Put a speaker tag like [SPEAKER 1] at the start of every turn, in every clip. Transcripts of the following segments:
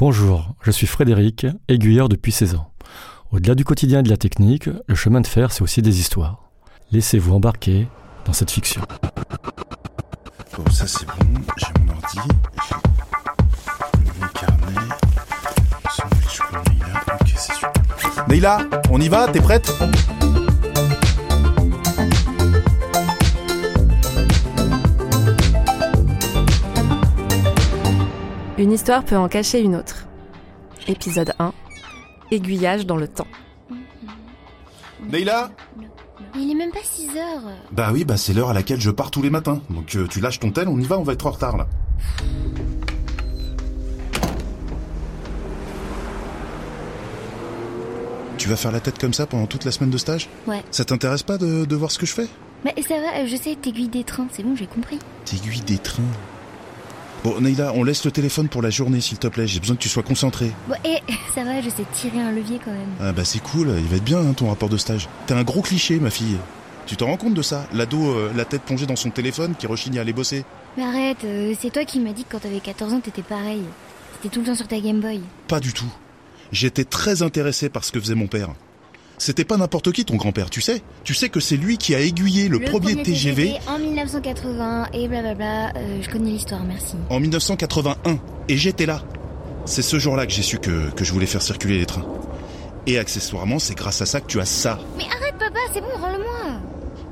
[SPEAKER 1] Bonjour, je suis Frédéric, aiguilleur depuis 16 ans. Au-delà du quotidien et de la technique, le chemin de fer, c'est aussi des histoires. Laissez-vous embarquer dans cette fiction.
[SPEAKER 2] Bon, ça c'est bon, j'ai mon ordi, j'ai mon carnet, sandwich pour Leïla, ok c'est super. Leïla, on y va, t'es prête
[SPEAKER 3] Une histoire peut en cacher une autre. Épisode 1. Aiguillage dans le temps.
[SPEAKER 2] Leïla
[SPEAKER 4] Mais il est même pas 6 heures.
[SPEAKER 2] Bah oui, bah c'est l'heure à laquelle je pars tous les matins, donc euh, tu lâches ton tel, on y va, on va être en retard là. Tu vas faire la tête comme ça pendant toute la semaine de stage
[SPEAKER 4] Ouais.
[SPEAKER 2] Ça t'intéresse pas de, de voir ce que je fais
[SPEAKER 4] Mais ça va, euh, je sais, t'aiguilles des trains, c'est bon, j'ai compris.
[SPEAKER 2] T'aiguilles des trains. Bon, Neila, on laisse le téléphone pour la journée, s'il te plaît. J'ai besoin que tu sois concentré.
[SPEAKER 4] Bon, et ça va, je sais tirer un levier quand même.
[SPEAKER 2] Ah bah c'est cool, il va être bien hein, ton rapport de stage. T'es un gros cliché, ma fille. Tu t'en rends compte de ça L'ado, euh, la tête plongée dans son téléphone, qui rechigne à aller bosser.
[SPEAKER 4] Mais arrête, euh, c'est toi qui m'as dit que quand t'avais 14 ans, t'étais pareil. T'étais tout le temps sur ta Game Boy.
[SPEAKER 2] Pas du tout. J'étais très intéressé par ce que faisait mon père. C'était pas n'importe qui ton grand-père, tu sais. Tu sais que c'est lui qui a aiguillé le, premier, TGV,
[SPEAKER 4] en 1980 et blablabla, euh, je connais l'histoire, merci.
[SPEAKER 2] en 1981. Et j'étais là. C'est ce jour-là que j'ai su que, que je voulais faire circuler les trains. Et accessoirement, c'est grâce à ça que tu as ça.
[SPEAKER 4] Mais arrête papa, c'est bon, rends-le-moi.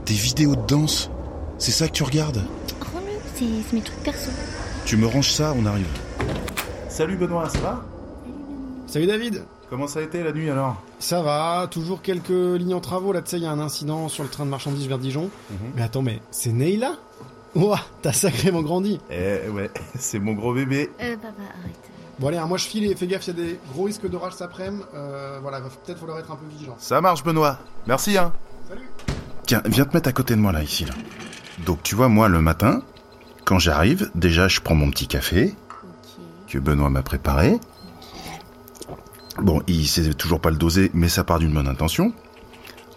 [SPEAKER 2] Des vidéos de danse. C'est ça que tu regardes
[SPEAKER 4] Rends-le, c'est c'est mes trucs perso.
[SPEAKER 2] Tu me ranges ça, on arrive. Salut Benoît, ça va
[SPEAKER 5] Salut David
[SPEAKER 2] Comment ça a été la nuit alors
[SPEAKER 5] Ça va, toujours quelques lignes en travaux là, tu sais, il y a un incident sur le train de marchandises vers Dijon. Mais attends, mais c'est Neila Ouah, t'as sacrément grandi
[SPEAKER 2] Eh ouais, c'est mon gros bébé.
[SPEAKER 4] Euh, papa, arrête.
[SPEAKER 5] Bon allez, hein, moi je file et fais gaffe, il y a des gros risques d'orage cet après-midi. Euh, voilà, va- peut-être falloir être un peu vigilant.
[SPEAKER 2] Ça marche Benoît. Merci hein.
[SPEAKER 5] Salut
[SPEAKER 2] Tiens, viens te mettre à côté de moi là, ici là. Donc tu vois, moi le matin, quand j'arrive, déjà je prends mon petit café
[SPEAKER 4] Ok.
[SPEAKER 2] que Benoît m'a préparé. Bon, il sait toujours pas le doser, mais ça part d'une bonne intention.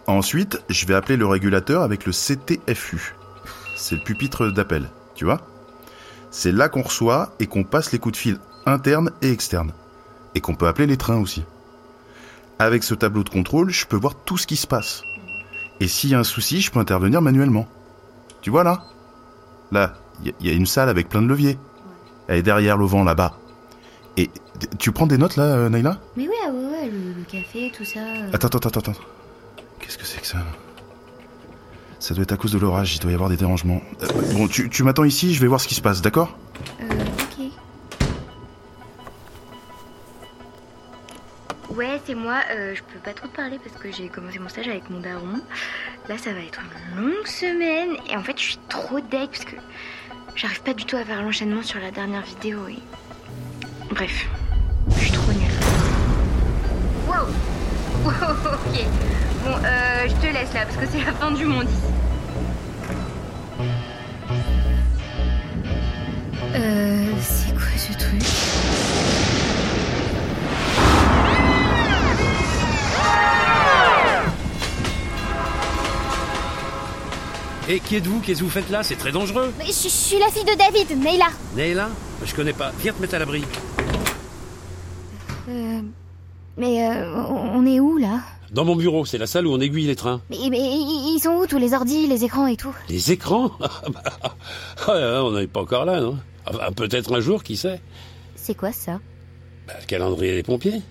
[SPEAKER 2] Ensuite, je vais appeler le régulateur avec le CTFU. C'est le pupitre d'appel, tu vois C'est là qu'on reçoit et qu'on passe les coups de fil internes et externes. Et qu'on peut appeler les trains aussi. Avec ce tableau de contrôle, je peux voir tout ce qui se passe. Et s'il y a un souci, je peux intervenir manuellement. Tu vois là Là, il y, a une salle avec plein de leviers. Elle est derrière le vent là-bas. Et t- tu prends des notes là, euh, Naila
[SPEAKER 4] Mais ouais, ah ouais, ouais, le, le café, tout ça. euh,
[SPEAKER 2] Attends, attends, attends, attends. Qu'est-ce que c'est que ça là Ça doit être à cause de l'orage, il doit y avoir des dérangements. Euh, bon, tu, tu m'attends ici, je vais voir ce qui se passe, d'accord
[SPEAKER 4] Euh, ok. Ouais, c'est moi. euh, je peux pas trop te parler parce que j'ai commencé mon stage avec mon daron. Là, ça va être une longue semaine. Et en fait, je suis trop deck parce que j'arrive pas du tout à faire l'enchaînement sur la dernière vidéo. Et... Bref, je suis trop nulle. Wow! Wow, ok. Bon, euh, je te laisse là parce que c'est la fin du monde ici. Euh, c'est quoi ce truc
[SPEAKER 6] Et qui êtes-vous Qu'est-ce que vous faites là C'est très dangereux.
[SPEAKER 7] Mais je, je suis la fille de David, Neila.
[SPEAKER 6] Neila Je connais pas. Viens te mettre à l'abri.
[SPEAKER 4] Euh, Mais euh, on est où là
[SPEAKER 6] Dans mon bureau, c'est la salle où on aiguille les trains.
[SPEAKER 4] mais, mais ils sont où tous les ordis, les écrans et tout
[SPEAKER 6] Les écrans Ah, bah, ah, On n'est pas encore là, non Ah, bah, Peut-être un jour, qui sait
[SPEAKER 4] C'est quoi ça
[SPEAKER 6] Bah, Le calendrier des pompiers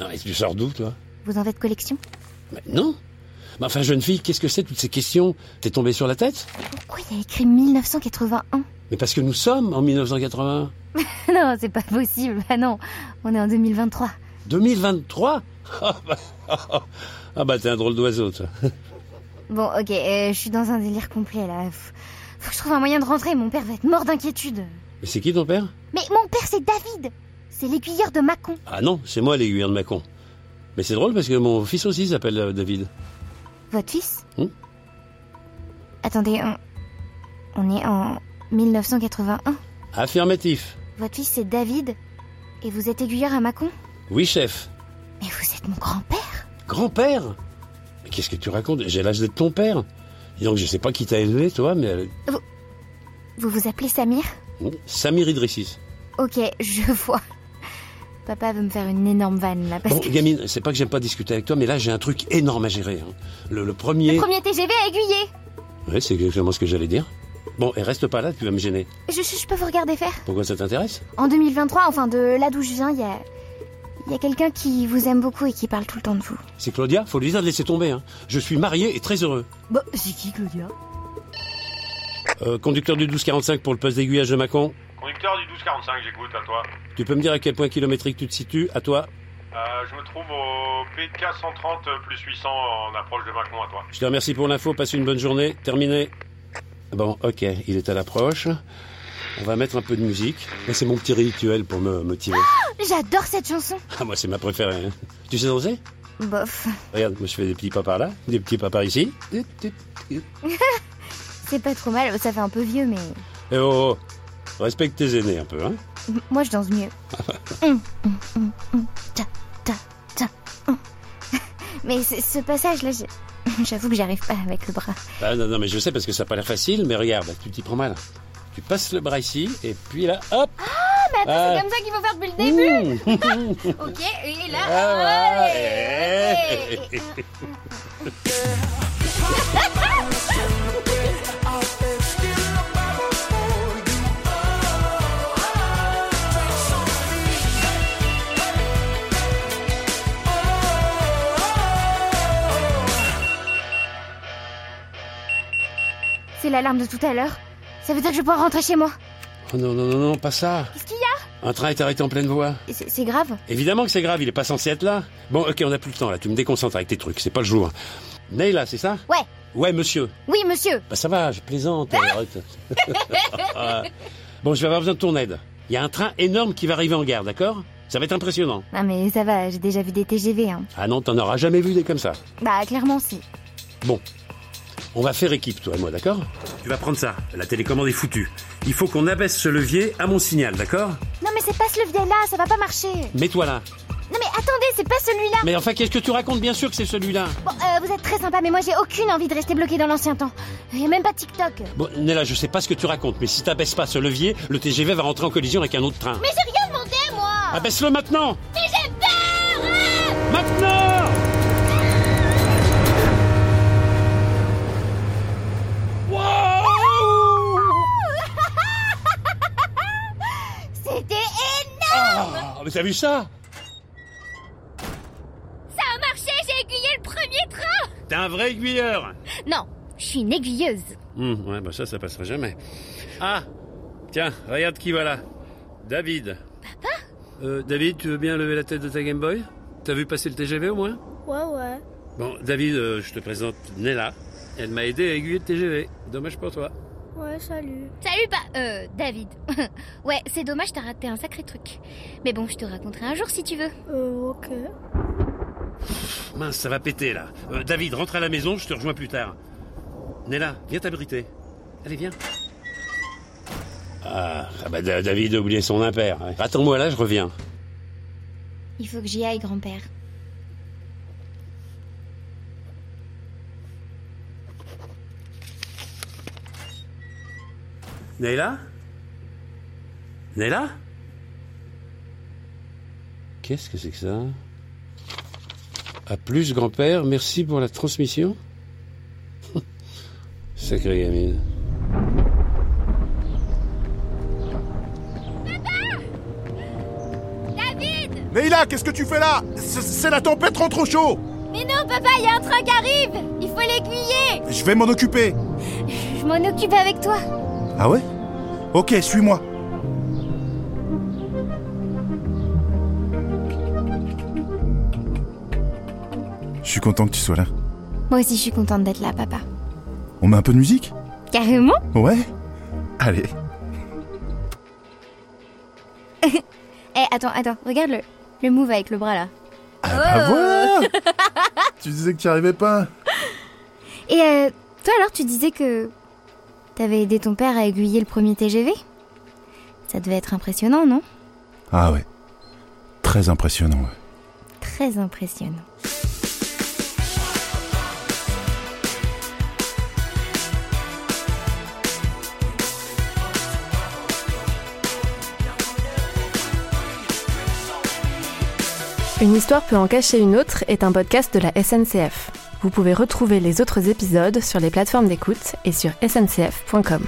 [SPEAKER 6] Non, mais tu sors d'où, toi
[SPEAKER 4] Vous en faites collection
[SPEAKER 6] Mais Non Mais enfin, jeune fille, qu'est-ce que c'est toutes ces questions T'es tombée sur la tête
[SPEAKER 4] Pourquoi il y a écrit 1981
[SPEAKER 6] Mais parce que nous sommes en 1980.
[SPEAKER 4] Non, c'est pas possible. Bah non, on est en 2023.
[SPEAKER 6] 2023 Ah bah, ah, bah, t'es un drôle d'oiseau, toi.
[SPEAKER 4] Bon, ok, euh, je suis dans un délire complet là. Faut, faut que je trouve un moyen de rentrer. Mon père va être mort d'inquiétude.
[SPEAKER 6] Mais c'est qui ton père
[SPEAKER 4] Mais mon père, c'est David. C'est l'aiguilleur de Macon.
[SPEAKER 6] Ah non, c'est moi l'aiguilleur de Macon. Mais c'est drôle parce que mon fils aussi s'appelle euh, David.
[SPEAKER 4] Votre fils
[SPEAKER 6] Hmm
[SPEAKER 4] Attendez, on, on est en 1981.
[SPEAKER 6] Affirmatif.
[SPEAKER 4] Votre fils, c'est David. Et vous êtes aiguilleur à Mâcon
[SPEAKER 6] Oui, chef.
[SPEAKER 4] Mais vous êtes mon grand-père
[SPEAKER 6] Grand-père Mais qu'est-ce que tu racontes J'ai l'âge d'être ton père. Dis donc, je sais pas qui t'a élevé, toi, mais... euh,
[SPEAKER 4] Vous vous appelez Samir
[SPEAKER 6] hmm, Samir Idrissis.
[SPEAKER 4] Ok, je vois.
[SPEAKER 7] Papa veut me faire une énorme vanne là. Parce
[SPEAKER 6] Bon,
[SPEAKER 7] que...
[SPEAKER 6] gamine, c'est pas que j'aime pas discuter avec toi, mais là, j'ai un truc énorme à gérer. hein. Le, le premier...
[SPEAKER 7] Le premier TGV à aiguiller.
[SPEAKER 6] Ouais, c'est exactement ce que j'allais dire. Bon, et reste pas là, tu vas me gêner.
[SPEAKER 7] Je, je- je peux vous regarder faire
[SPEAKER 6] Pourquoi ça t'intéresse
[SPEAKER 7] En 2023, enfin de là d'où je viens, il y a. Il y a quelqu'un qui vous aime beaucoup et qui parle tout le temps de vous.
[SPEAKER 6] C'est Claudia, faut lui dire de laisser tomber. hein. Je suis marié et très heureux.
[SPEAKER 8] Bah, c'est qui, Claudia
[SPEAKER 6] Euh, conducteur du 1245 pour le poste d'aiguillage de Mâcon,
[SPEAKER 9] Conducteur du 1245, j'écoute, à toi.
[SPEAKER 6] tu peux me dire à quel point kilométrique tu te situes À toi
[SPEAKER 9] Euh, je me trouve au PK 130 plus 800 en approche de Macron, à toi.
[SPEAKER 6] Je te remercie pour l'info, passe une bonne journée. Terminé. Bon, ok, il est à l'approche. On va mettre un peu de musique. Là, c'est mon petit rituel pour me motiver.
[SPEAKER 7] J'adore cette chanson.
[SPEAKER 6] Ah, moi, c'est ma préférée. hein. Tu sais danser
[SPEAKER 7] Bof.
[SPEAKER 6] Regarde, moi, je fais des petits pas par là, des petits pas par ici.
[SPEAKER 7] C'est pas trop mal, ça fait un peu vieux, mais
[SPEAKER 6] Et oh, oh, respecte tes aînés un peu, hein.
[SPEAKER 7] m- moi je danse mieux. Hum, hum, hum, hum, ta, ta, ta, hum. mais ce, ce passage là, je- j'avoue que j'arrive pas avec le bras.
[SPEAKER 6] Ah, non, non, mais je sais parce que ça n'a pas l'air facile, mais regarde, tu t'y prends mal. Tu passes le bras ici, et puis là, hop
[SPEAKER 7] Mais attends,
[SPEAKER 6] Ah.
[SPEAKER 7] c'est comme ça qu'il faut faire depuis le début.
[SPEAKER 6] Mmh.
[SPEAKER 7] Ok, et là.
[SPEAKER 6] Ah, voilà.
[SPEAKER 7] allez,
[SPEAKER 6] Eh.
[SPEAKER 7] ok. C'est l'alarme de tout à l'heure. Ça veut dire que je vais pouvoir rentrer chez moi.
[SPEAKER 6] Oh, non, non, non, non, pas ça.
[SPEAKER 7] Qu'est-ce qu'il y a
[SPEAKER 6] Un train est arrêté en pleine voie.
[SPEAKER 7] C'est c'est grave.
[SPEAKER 6] Évidemment que c'est grave, il est pas censé être là. Bon, ok, on a plus le temps là, tu me déconcentres avec tes trucs, c'est pas le jour. Neila, c'est ça
[SPEAKER 7] Ouais.
[SPEAKER 6] Ouais, monsieur.
[SPEAKER 7] Oui, monsieur.
[SPEAKER 6] Bah ça va, je plaisante. arrête. bon, je vais avoir besoin de ton aide. Il y a un train énorme qui va arriver en gare, d'accord Ça va être impressionnant.
[SPEAKER 7] Non Ah, mais ça va, j'ai déjà vu des TGV. Hein.
[SPEAKER 6] Ah non, t'en auras jamais vu des comme ça.
[SPEAKER 7] Bah clairement si.
[SPEAKER 6] On va faire équipe, toi et moi, d'accord Tu vas prendre ça. La télécommande est foutue. Il faut qu'on abaisse ce levier à mon signal, d'accord
[SPEAKER 7] Non mais c'est pas ce levier là, ça va pas marcher. Non
[SPEAKER 6] Mets-toi là.
[SPEAKER 7] mais attendez, c'est pas celui-là.
[SPEAKER 6] Mais enfin, qu'est-ce que tu racontes Bien sûr que c'est celui-là.
[SPEAKER 7] Bon, euh, vous êtes très sympa, mais moi j'ai aucune envie de rester bloqué dans l'ancien temps. Il y a même pas de TikTok.
[SPEAKER 6] Bon, Nella, je sais pas ce que tu racontes, mais si t'abaisses pas ce levier, le TGV va rentrer en collision avec un autre train.
[SPEAKER 7] Mais j'ai rien demandé moi.
[SPEAKER 6] Abaisse-le maintenant Mais j'ai peur Maintenant
[SPEAKER 7] C'était énorme.
[SPEAKER 6] Ah, mais t'as vu ça
[SPEAKER 7] Ça a marché, j'ai aiguillé le premier train.
[SPEAKER 6] T'es un vrai aiguilleur
[SPEAKER 7] Non, je suis une aiguilleuse.
[SPEAKER 6] Hum, Ouais, bah ça, ça passera jamais. Ah Tiens, regarde qui va là. David. Papa euh, David, tu veux bien lever la tête de ta Game Boy T'as vu passer le TGV au moins
[SPEAKER 7] Ouais ouais.
[SPEAKER 6] Bon, David, euh, je te présente Nella. Elle m'a aidé à aiguiller le TGV. Dommage pour toi.
[SPEAKER 7] Ouais, salut. Salut, pas. Euh, David. ouais, c'est dommage, t'as raté un sacré truc. Mais bon, je te raconterai un jour si tu veux.
[SPEAKER 10] Euh, ok.
[SPEAKER 6] Mince, ça va péter là. Euh, David, rentre à la maison, je te rejoins plus tard. Nella, viens t'abriter. Allez, viens. Ah, ah bah Da- David a oublié son impair. ouais. Attends-moi là, je reviens.
[SPEAKER 7] Il faut que j'y aille, grand-père.
[SPEAKER 6] Nella Nella Qu'est-ce que c'est que ça À plus, grand-père, merci pour la transmission. Sacré gamine.
[SPEAKER 2] Neila, qu'est-ce que tu fais là C'est c'est la tempête rentre au chaud
[SPEAKER 7] Mais non, papa, il y a un train qui arrive Il faut l'aiguiller
[SPEAKER 2] Je vais m'en occuper
[SPEAKER 7] Je m'en occupe avec toi.
[SPEAKER 2] Ah ouais Ok, suis-moi. Je suis content que tu sois là.
[SPEAKER 7] Moi aussi, je suis contente d'être là, papa.
[SPEAKER 2] On met un peu de musique
[SPEAKER 7] Carrément
[SPEAKER 2] Ouais Allez.
[SPEAKER 7] Eh, attends, attends, regarde le, le move avec le bras là.
[SPEAKER 2] Ah bah voilà Tu disais que tu arrivais pas.
[SPEAKER 7] Et euh, toi alors, tu disais que. T'avais aidé ton père à aiguiller le premier TGV Ça devait être impressionnant, non
[SPEAKER 2] Ah ouais. Très impressionnant. hein. ouais.
[SPEAKER 7] Très impressionnant.
[SPEAKER 3] Une histoire peut en cacher une autre est un podcast de la SNCF. Vous pouvez retrouver les autres épisodes sur les plateformes d'écoute et sur sncf.com.